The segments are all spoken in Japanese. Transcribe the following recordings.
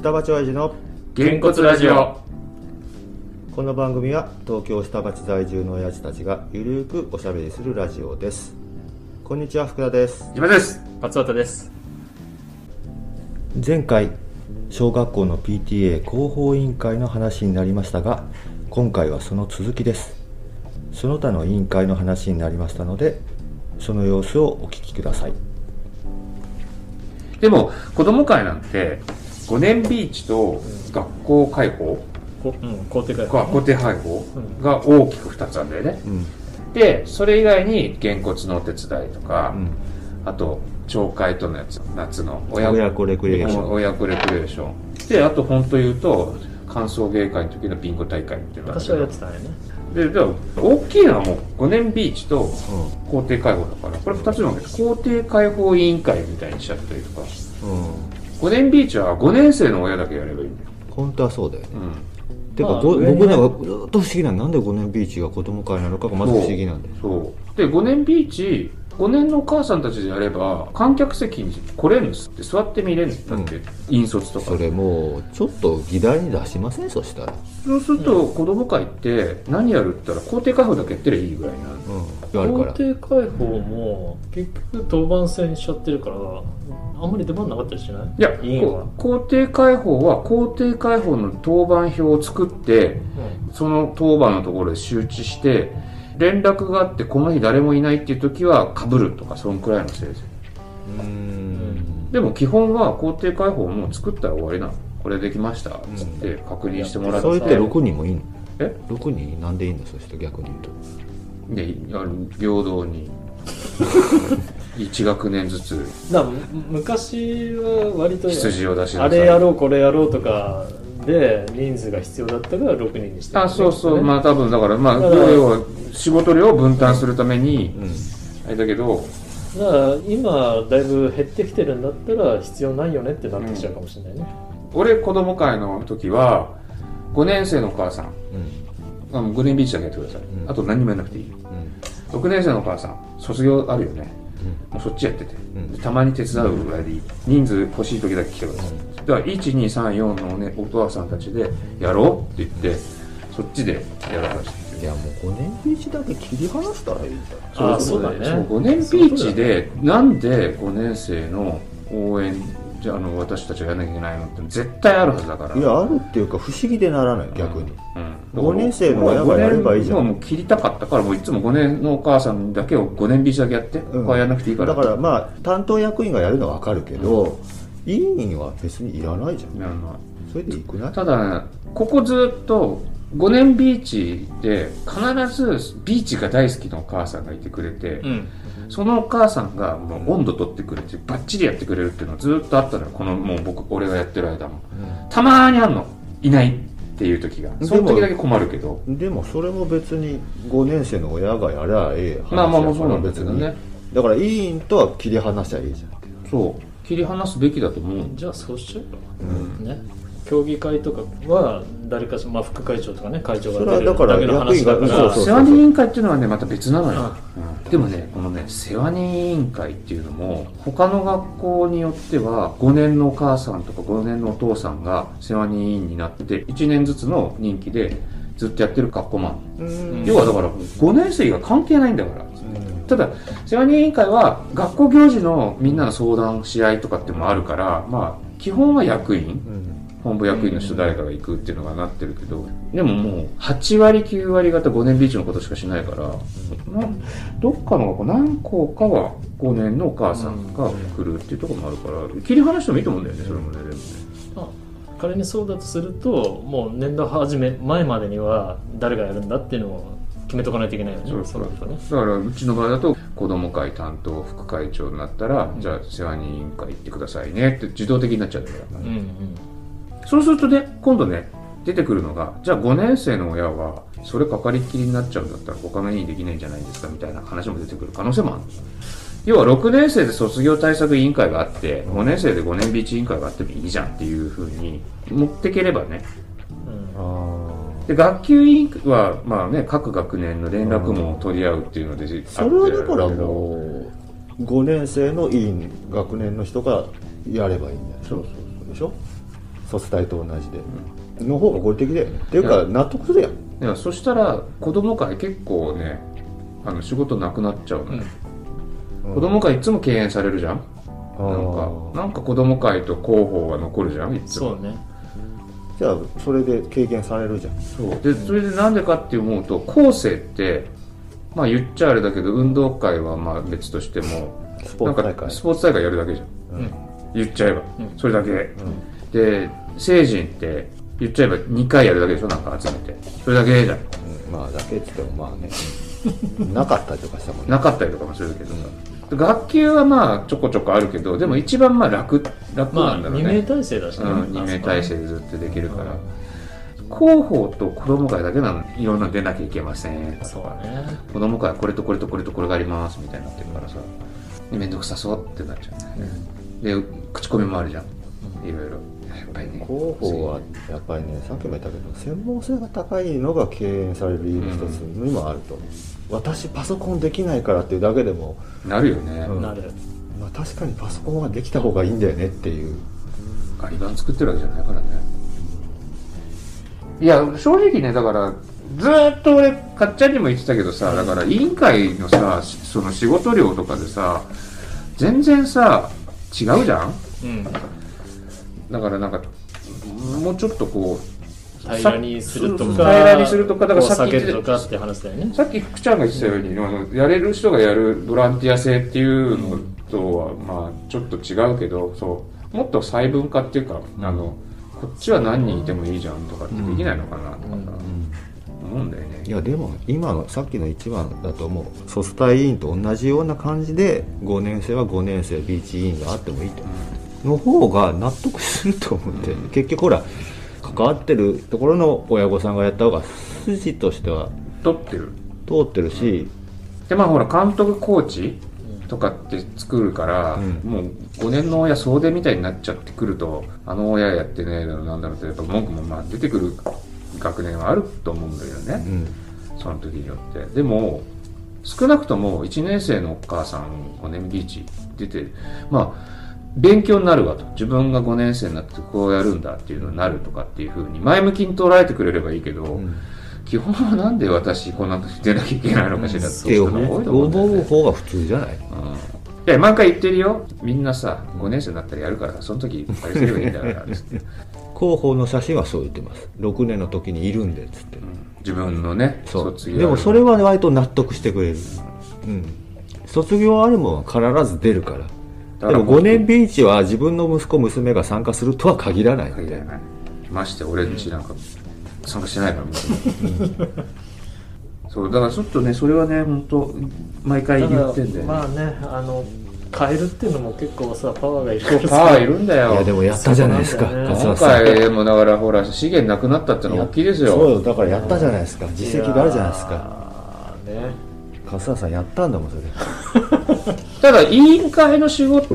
下町親父のげんこつラジオこの番組は東京下町在住の親父たちがゆるーくおしゃべりするラジオですこんにちは福田です島です松尾です前回小学校の PTA 広報委員会の話になりましたが今回はその続きですその他の委員会の話になりましたのでその様子をお聞きくださいでも子供会なんて5年ビーチと学校開放こうん校庭会か校庭開放が大きく2つあるんだよねうんでそれ以外にげんこつのお手伝いとか、うんあと町会とのやつ夏の親親子レクリエーション親子レクリエーションであと本当言うと歓送迎会の時のビンゴ大会っていうのがあるん昔だけはやどってたねででも大きいのはもう5年ビーチとうん校庭開放だからこれ2つの校庭開放委員会みたいにしちゃったりとかうん5年ビーチは5年生の親だけやればいいんだよ、本当はそうだよねうてか、まあご上に僕なんかずっと不思議なんなんで5年ビーチが子供会なのかがまず不思議なんだよん、そうで5年ビーチ5年のお母さんたちでやれば観客席に来れるんですって座って見れるんだって、引率とかそれもうちょっと議題に出しませんそしたら、そうすると子供会って何やるって言ったら校庭開放だけやってりゃいいぐらいになるうん、あるから校庭開放も結局当番戦しちゃってるからあんまり出番なかったりしないいや委員はこ校庭開放は校庭開放の当番表を作ってその当番のところで周知して連絡があってこの日誰もいないっていう時はかぶるとかそんくらいのせいですうーんでも基本は校庭開放もう作ったら終わりなのこれできましたっつって確認してもらって、そう言って6人もいいのえ6人なんでいいのそして逆に言うとであの平等 に1学年ずつだからむ昔は割と羊を出しなさいあれやろうこれやろうとかで人数が必要だったから6人にしてるあそうそう、ねまあ多分だからまあだから要は仕事量を分担するために、うんあれだけどだから今だいぶ減ってきてるんだったら必要ないよねってなってきちゃうかもしれないね、俺子供会の時は5年生のお母さんうんあのグリーンビーチだけやってください、うんあと何にもやらなくていいうん6年生のお母さん卒業あるよねもうそっちやってて、んたまに手伝うぐらいでいい人数欲しい時だけ来てください、だから1234の、ね、お父さんたちでやろうって言って、そっちでやらせていやもう5年ビーチだけ切り離したらいいんだよあそうだね5年ビーチでなんで5年生の応援じゃああの私たちがやらなきゃいけないのって絶対あるはずだからいやあるっていうか不思議でならない逆に、うん5年生の親がやればいいじゃんもうもう切りたかったからもういつも5年のお母さんだけを5年ビーチだけやって、う他んはやらなくていいからだからまあ担当役員がやるのは分かるけど、委員は別にいらないじゃんやらないそれでいくないただ、ね、ここずっと5年ビーチで必ずビーチが大好きなお母さんがいてくれて、うんそのお母さんがもう温度取ってくれてバッチリやってくれるっていうのはずっとあったのよこのもう僕俺がやってる間もたまーにあんのいないっていう時がもその時だけ困るけどでもそれも別に5年生の親がやりゃええ話まあまあまあやそかうらなんだけどね別にだから委員とは切り離しちゃいいじゃんそう切り離すべきだと思うじゃあそうしちゃうかね競技会とかは誰かしまあ、副会長とかね会長それがは出るだからだけの話だか役員らがそうそう世話人委員会っていうのはねまた別なのよ、うんでもねこのね世話人委員会っていうのも他の学校によっては5年のお母さんとか5年のお父さんが世話人委員になって1年ずつの任期でずっとやってる学校もあるのうん要はだから5年生が関係ないんだから、ただ世話人委員会は学校行事のみんなの相談し合いとかっていうのもあるからまあ基本は役員本部役員の人誰かが行くっていうのがなってるけどでももう8割9割方5年ビーチのことしかしないから、などっかの学校何校かは5年のお母さんが来るっていうところもあるから切り離してもいいと思うんだよねそれもねでもねまあ仮にそうだとするともう年度始め前までには誰がやるんだっていうのを決めとかないといけないよねそうそうなるとねだからうちの場合だと子ども会担当副会長になったら、じゃあ世話人委員会行ってくださいねって自動的になっちゃうから、うんうんそうするとね今度ね出てくるのがじゃあ5年生の親はそれかかりっきりになっちゃうんだったら他の委員できないんじゃないですかみたいな話も出てくる可能性もある要は6年生で卒業対策委員会があって5年生で5年ビーチ委員会があってもいいじゃんっていうふうに持ってければねうんで学級委員会はまあね各学年の連絡網を取り合うっていうので、それはだからもう5年生の委員学年の人がやればいいんじゃないそうそうでしょ卒大と同じで、の方が合理的だよねっていういかや納得するやんいやそしたら子供会結構ねあの仕事なくなっちゃうのうよん、子供会いつも敬遠されるじゃんうんなんかなんか子供会と広報が残るじゃんいつもそうねじゃあそれで経験されるじゃんそうでそれでなんでかって思うと後世ってまあ言っちゃあれだけど運動会はまあ別としてもスポーツな大ん会かスポーツ大会やるだけじゃんうん言っちゃえば、うんそれだけ、で成人って言っちゃえば2回やるだけでしょなんか集めてそれだけじゃんうんまあだけっつってもまあねなかったりとかしたもんねなかったりとかもするけどさ、学級はまあちょこちょこあるけどでも一番まあ楽楽まなあんだろう2名ね、体制だしね、うん、2名体制でずっとできるから、広報と子供会だけなのいろんなの出なきゃいけませんそうね子供会はこれとこれとこれとこれがありますみたいになってるからさでめんどくさそうってなっちゃうね、で口コミもあるじゃんいろいろやっぱりね広報はやっぱりねさっきも言ったけど専門性が高いのが敬遠される理由の一つにもあると思う、私パソコンできないからっていうだけでも、なるよね、うんなるまあ、確かにパソコンはできた方がいいんだよねっていうガリバン作ってるわけじゃないからねいや正直ねだからずーっと俺かっちゃんにも言ってたけどさだから委員会のさしその仕事量とかでさ全然さ違うじゃんうんだからなんかもうちょっとこ平らにするとかそうそう平らにするとかだからこうさっ避きけ言ってるとかって話だよねうさっき福ちゃんが言ってたように、あのやれる人がやるボランティア性っていうのとは、まあちょっと違うけどそうもっと細分化っていうかあのこっちは何人いてもいいじゃんとかってできないのかなとかさ、思うんだよね。いやでも今のさっきの一番だともう卒大委員と同じような感じで5年生は5年生ビーチ委員があってもいいとの方が納得すると思って、結局ほら関わってるところの親御さんがやった方が筋としては取ってる通ってるし、でまあほら監督コーチとかって作るから、うんもう5年の親総出みたいになっちゃってくるとあの親やってねえだろなんだろうってやっぱ文句もまあ出てくる学年はあると思うんだけどうね、ん、その時によってでも少なくとも1年生のお母さん5年ビーチ出てまあ勉強になるわと自分が5年生になってこうやるんだっていうのになるとかっていうふうに前向きに捉えてくれればいいけど、基本はなんで私こんな時出なきゃいけないのかしらっってていう人が多いと思うんだ思ようね。方が普通じゃないうんいや毎回言ってるよみんなさ5年生になったらやるからその時あれすればいいん だからつって、広報の写真はそう言ってます6年の時にいるんでっつってうん自分のねそう卒業でもそれは割と納得してくれる、うん、卒業アルバムは必ず出るからだでからも5年ビーチは自分の息子娘が参加するとは限らない限らないまして俺んちなんか参加してないからみんなそうだからちょっとねそれはね本当毎回言ってんだよね、まあねあの変えるっていうのも結構さパワーがいるかそらうさパワーいるんだいよやでもやったじゃないですかそうなんだよね桂今さん回もだからほら資源なくなったってのは大きいですよそうよだからやったじゃないですか実績があるじゃないですかいやーね笠原さんやったんだもんそれただ委員会の仕事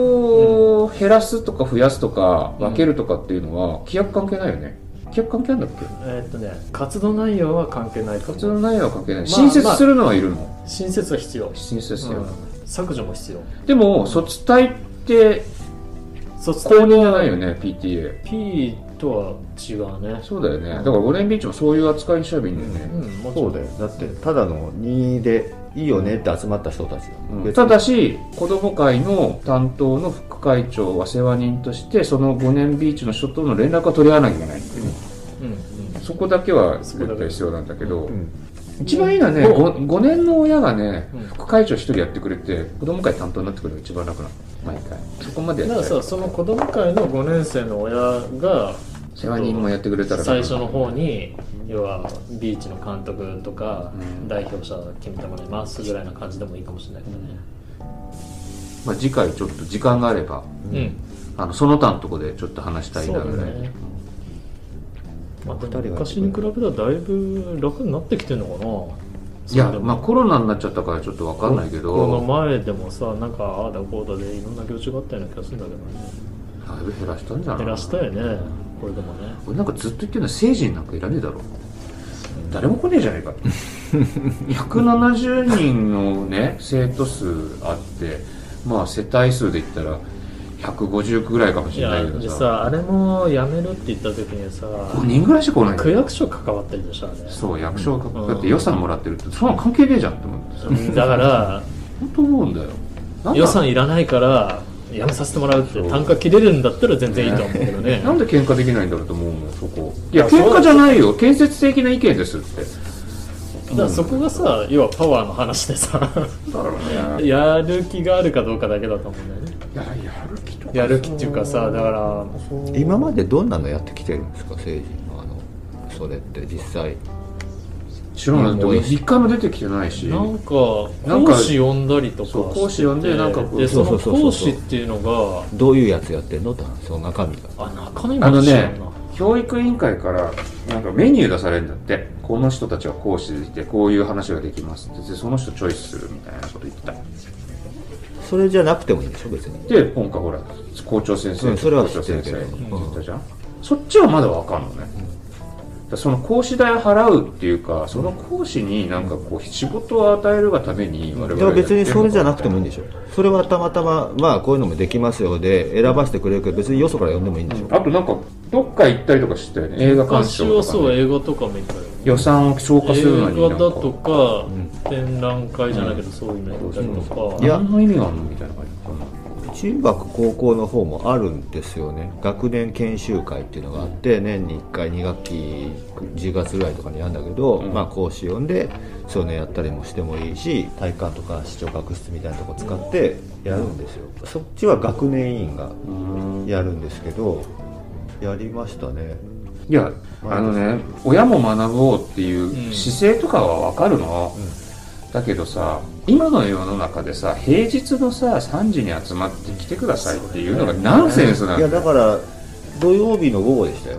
を減らすとか増やすとか分けるとかっていうのは規約関係ないよね規約関係あるんだっけえーっとね活動内容は関係ないと活思動うの内容は関係ない、まあ新設するのはいるの、新設は必要、新設する、うん削除も必要でも卒隊って卒公認じゃないよね PTA P とは違うねそうだよねだから5年ビーチもそういう扱いにしちゃえばいいんだよね、うんもちそろんうだよだってただの任意でいいよねって集まった人たちだもんうん別たにだし子ども会の担当の副会長は世話人としてその5年ビーチの人との連絡は取り合わなきゃいけないっていうねうんうんそこだけは絶対必要なんだけど、うん一番いいのはね、うん 5, 年の親がね、うん副会長一人やってくれて子供会担当になってくれるのが一番楽なの毎回そこまでだやかっらたらさその子供会の5年生の親が世話人もやってくれたら最初の方に要はビーチの監督とかうん代表者決めてもらいますぐらいな感じでもいいかもしれないけどねまあ、次回ちょっと時間があればうん、あのその他のとこでちょっと話したいなそうぐだらい、ねまあ、二人はでも昔に比べたらだいぶ楽になってきてるのかないそやうでもまあコロナになっちゃったからちょっと分かんないけこのど前でもさなんかああだこうだでいろんな行事があったような気がするんだけどねだいぶ減らしたんじゃない減らしたよねこれでもね俺なんかずっと言ってるのは成人なんかいらねえだろ誰も来ねえじゃねえか 170人のね生徒数あってまあ世帯数で言ったら150ぐらいかもしいれなやいけどでささあれも辞めるって言った時にさ5人ぐらいしか来ない区役所関わってるでしょあれそう役所がうんだって予算もらってるってそんなの関係ねえじゃんって思ってさうんだから本当思うんだよなんだ予算いらないから辞めさせてもらうってそう単価切れるんだったら全然いいと思うけどねなんで喧嘩できないんだろうと思うもんそこいやいやそう喧嘩じゃないよ建設的な意見ですってだからそこがさ要はパワーの話でさだからねやる気があるかどうかだけだと思うんだよねいややる気とかやる気っていうかさだからそう今までどんなのやってきてるんですか政治のあのそれって実際知らないで一回も出てきてないしなんかなんか講師呼んだりとかそう講師呼んでしててなんかこうでそそのうそうそうそう講師っていうのがどういうやつやってんのとその中身があ中身あもの知らねんな、教育委員会からなんかメニュー出されるんだって、この人たちは講師でいて、こういう話ができますって、でその人チョイスするみたいなこと言ってた。それじゃなくてもいいんでしょ別にで、今回ほら、校長先生、うんそれは校知長ってる先け生どってうん言ったじゃん、そっちはまだわかんのね。だからその講師代払うっていうか、その講師になんかこう、仕事を与えるがために我々でも別にそれじゃなくてもいいんででしょそれはたまたままあこういうのもできますよで選ばせてくれるけど別によそから呼んでもいいんでしょあとなんか、どっか行ったりとかしてたよね、映画鑑昔賞はとかね、そう映画とか見たよ予算を消化するのにな映画んだか。とか、展覧会じゃないけど、そういうのやったりとか、いや何の意味があるのみたいな感中学高校の方もあるんですよね学年研修会っていうのがあって年に1回2学期10月ぐらいとかにやるんだけど、うんまあ講師呼んでそういうのやったりもしてもいいし体育館とか視聴覚室みたいなとこ使ってやるんですよ、そっちは学年委員がじやるんですけどやりましたねいやあのね親も学ぼうっていう姿勢とかは分かるの、だけどさ今の世の中でさ平日のさ3時に集まって来てくださいっていうのがナンセンスなんいだやよだから土曜日の午後でしたよ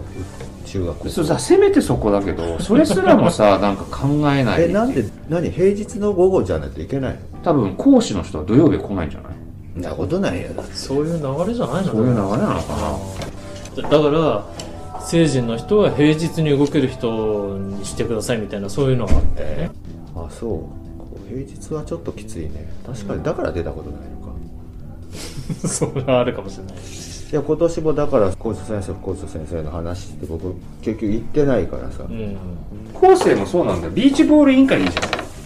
中学校そうさせめてそこだけどそれすらもさなんか考えないえなんで何平日の午後じゃないといけないの多分講師の人は土曜日来ないんじゃないそんなことないよだってそういう流れじゃないのそういう流れなのかだから成人の人は平日に動ける人にしてくださいみたいなそういうのがあっ てねあそうこう平日はちょっときついね確かにだから出たことないのかそれはあるかもしれないいや今年もだから校長先生校長先生の話って僕結局行ってないからさ、うんな後世もそうなんだよビーチボール委員会でいいじ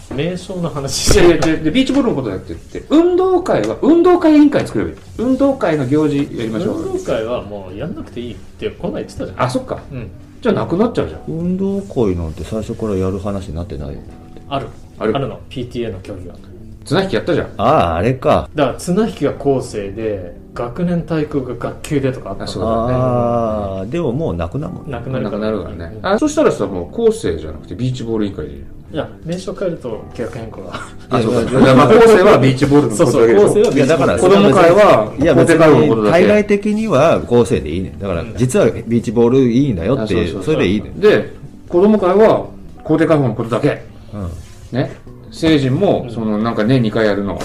ゃん名称の話いじゃやないいやでビーチボールのことだって言って運動会は運動会委員会作ればいい運動会の行事やりましょう運動会はもうやんなくていいってこの前言ってたじゃんあそっかうんじゃあなくなっちゃうじゃん運動会なんて最初からやる話になってないよあるあるの PTA の競技は綱引きやったじゃんあああれかだから綱引きが構成で学年体育が学級でとかあったあのそうだねああでももうなくなるもんねなくなるなかくらなるからねあそしたらさもう後世じゃなくてビーチボール委員会でいいじいや名称変えると規約変更がゃんあいやそうかいやだから まあ後世はビーチボールのこそうとそだけうでしょ構成は別いやだから子供会はや校別庭会のことにだ対外け的には構成でいいねだからうん実はビーチボールいいんだよあっそうてそうそれでいいねで子供会は校庭会のことだけうんね成人もそのなんか年2回やるの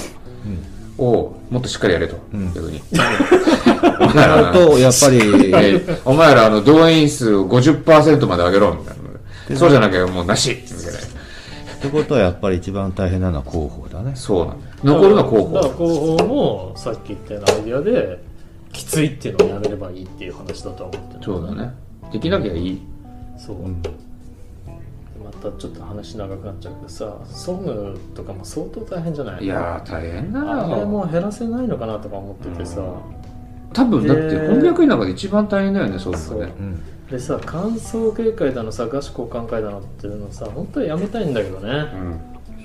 をもっとしっかりやれとうん逆にあとやっ ぱりえーお前らあの動員数を50%まで上げろみたいなそうじゃなきゃもうなしって言うんだよねってことはやっぱり一番大変なのは広報だねそうなんだよ残るのは候だから補広報もさっき言ったようなアイディアできついっていうのをやめればいいっていう話だとは思ってるそうだねできなきゃいいそう、またちょっと話長くなっちゃうけどさソムとかも相当大変じゃないいやー大変だあれよも減らせないのかなとか思っててさ、多分だってで翻訳員なんかで一番大変だよねそうだねうんでさ感想警戒だのさ合宿交換会だのっていうのさ本当はやめたいんだけどねうん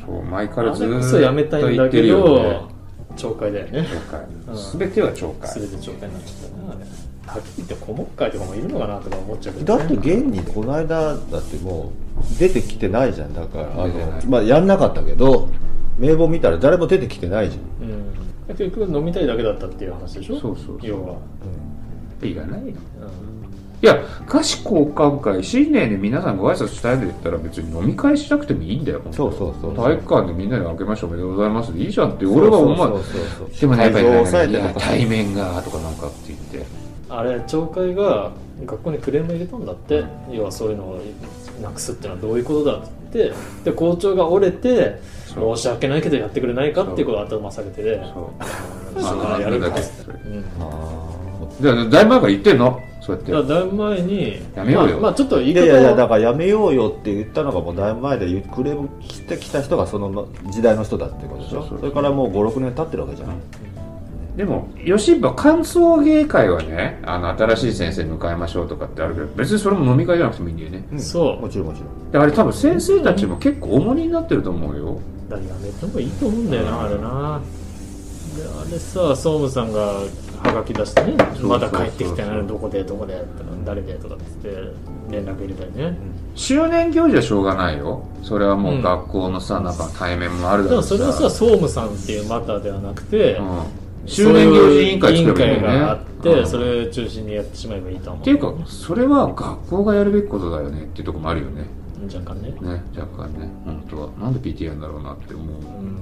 そう前かあれらずこーそやめったといん言っだてるけどよね懲戒だよねうん懲戒全ては懲戒全て懲戒になっちゃったなあれはっきり言って顧問会とかもいるのかなとか思っちゃうけだど、って現にこの間だってもう出てきてないじゃんだからあ出てなのい、まあ、やんなかったけど名簿見たら誰も出てきてないじゃんうん、結局飲みたいだけだったっていう話でしょそうそうそう要は、いらないようんいや菓子交換会新年に皆さんご挨拶したいんだったら別に飲み会しなくてもいいんだよそうそうそう体育館でみんなに開けましょうおめでとうございますでいいじゃんって俺は思わないでもねやっぱりねねいえやとか対面がとかなんかって言ってあれ町会が学校にクレーム入れたんだって要はそういうのをなくすってのはどういうことだって言ってで校長が折れてそう申し訳ないけどやってくれないかっていうことを頭下げてでそうまあまあやるだけやうんあーじゃあだいぶ前から言ってんのそうやってだからだいぶ前にやめようよまあ、まあちょっと言いい方やをいやいやだからやめようよって言ったのがもうだいぶ前でゆクレーム来てきた人がその時代の人だってことでしょそうそそうれからもう56年経ってるわけじゃん、でも吉場歓送迎会はねあの新しい先生迎えましょうとかってあるけど別にそれも飲み会じゃなくてもいいんだよねうんそうもちろんもちろんであれ多分先生たちも結構重荷になってると思うよだからやめてもいいと思うんだよなあれなであれさ総務さんがはがき出してねそうまだ帰ってきてなそうそういどこでどこでとか誰でとかっつって連絡入れたりね周年行事はしょうがないよそれはもう学校のさ、なんか対面もあるだろでもうしそれはさ総務さんっていうマターではなくてうん周年行事委員会委作員ればいい会よねがあって、うんそれ中心にやってしまえばいいと思うっていうかそれは学校がやるべきことだよねっていうとこもあるよね若干ねね若干ね本当はなんで PT やんだろうなって思う、うん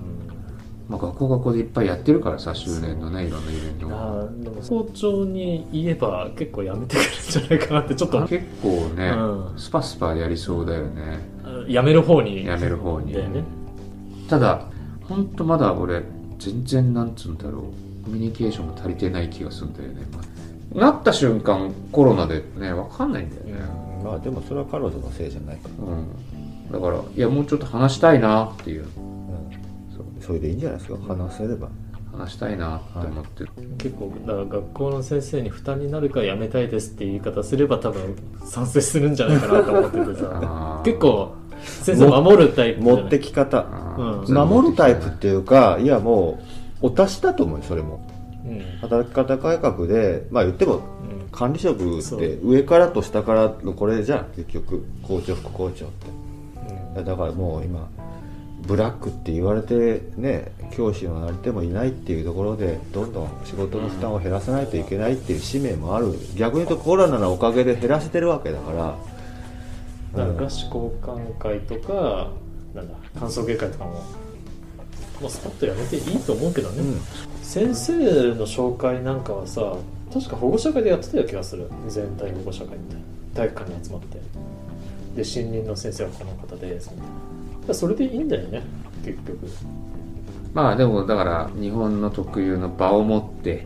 まあ、学校学校でいっぱいやってるからさ周年のねいろんなイベントがあーでも校長に言えば結構やめてくれるんじゃないかなってちょっと結構ね、うんスパスパやりそうだよねやめる方にやめる方にだよねただ本当まだ俺全然なんつうんだろうコミュニケーションが足りてない気がするんだよね、まあなった瞬間コロナでねわかんないんだよね、まあでもそれは彼女のせいじゃないから、うん、だからいやもうちょっと話したいなっていうそうそれでいいんじゃないですか話せれば話したいなって思ってる、結構だから学校の先生に負担になるからやめたいですって言い方すれば多分賛成するんじゃないかなと思っててあーさ結構先生守るタイプじゃ持ないってき方あーうん全部守るタイプっ持っていうかいやもうお達しだと思うよそれもうん働き方改革でまあ言ってもうん管理職っそうて上からと下からのこれじゃん結局校長副校長ってだからもう今ブラックって言われてね教師のなり手もいないっていうところでどんどん仕事の負担を減らさないといけないっていう使命もある逆に言うとコロナのおかげで減らせてるわけだからだから合宿交換会とかなんだ歓送迎会とかももうスパッとやめていいと思うけどね、うん先生の紹介なんかはさ確か保護者会でやってたような気がする全体保護者会みたいな体育館に集まってで新任の先生はこの方ですみたいなだからそれでいいんだよね結局まあでもだから日本の特有の場を持って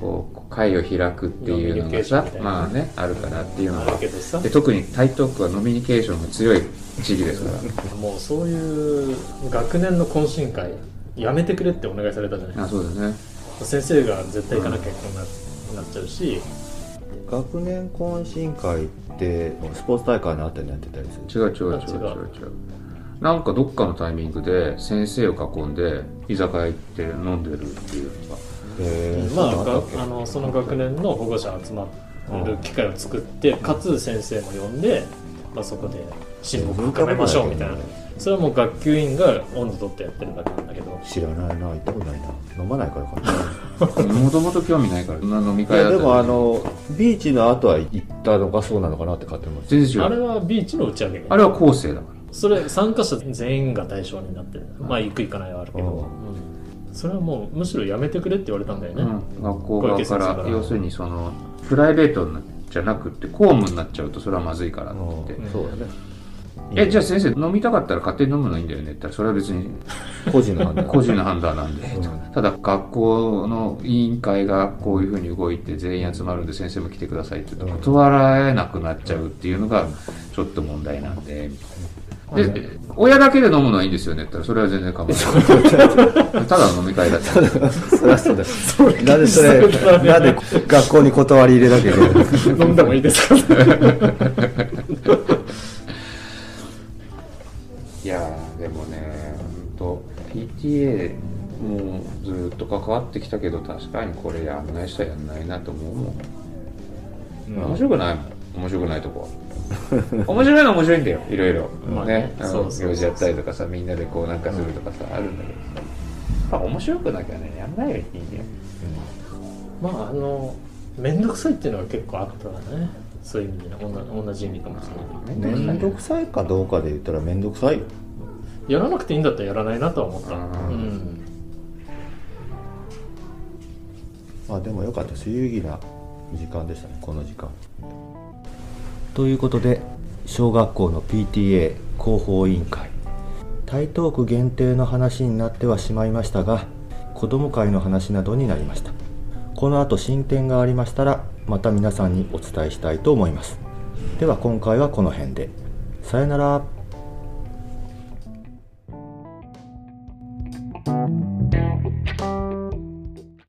こう会を開くっていうのが飲みニケーシさョンみたいなまあねあるからっていうのあがるけどさで特に台東区はノミニケーションが強い地域ですからもうそういう学年の懇親会やめてくれってお願いされたじゃ ないあそうだね先生が絶対行かなきゃいけなくなっちゃうし、学年懇親会ってスポーツ大会の後にやってたりする違う違う違う違う違あ違うなんかどっかのタイミングで先生を囲んで居酒屋行って飲んでるっていうのが へーまそあうなんだっけがあのその学年の保護者集まる機会を作って、かつ先生も呼んで、まあ、そこで親睦深めましょうみたいなそれはもう学級委員が温度取ってやってるだけなんだけど知らないな行ったことないな飲まないからかなもともと興味ないからそんな飲みい会だやったでらもあのビーチの後は行ったのかそうなのかなって勝手に思って全然あ違れうはビーチの打ち上げねあれは後世だかそれ参加者全員が対象になってるまあ行く行かないはあるけど、ううんそれはもうむしろやめてくれって言われたんだよね、ら、うん、学校側か小池先生からら要するにそのプライベートじゃなくって公務になっちゃうとそれはまずいからって言ってうんそうだね「えじゃあ先生飲みたかったら勝手に飲むのいいんだよね」って言ったらそれは別に個人の判断個人の判断なんで、うんただ学校の委員会がこういうふうに動いて全員集まるんで先生も来てくださいって言うと断られなくなっちゃうっていうのがちょっと問題なんで、みたいな。で、親だけで飲むのはいいんですよねって言ったらそれは全然構わない。ただの飲み会だった。そりゃそうですなんでそれなんで学校に断り入れなきゃいけないの飲んでもいいですかいやーでもね本当 PTA もうずーっと関わってきたけど確かにこれやんない人はやんないなと思うもん、面白くないもん面白くないとこは面白いのは面白いんだよいろいろ、まあねねあそうのそうそう行事やったりとかさみんなでこうなんかするとかさ、あるんだけどさまあ面白くなきゃねやんないよりいいんだよまああの面倒くさいっていうのは結構あったわねそういう意味で同同じ意味かもしれない面倒くさいかどうかで言ったら面倒くさいよやらなくていいんだったらやらないなとは思った、うんうん、まあでもよかったです有意義な時間でしたねこの時間ということで小学校の PTA 広報委員会台東区限定の話になってはしまいましたが子ども会の話などになりましたこの後進展がありましたらまた皆さんにお伝えしたいと思いますでは今回はこの辺でさよなら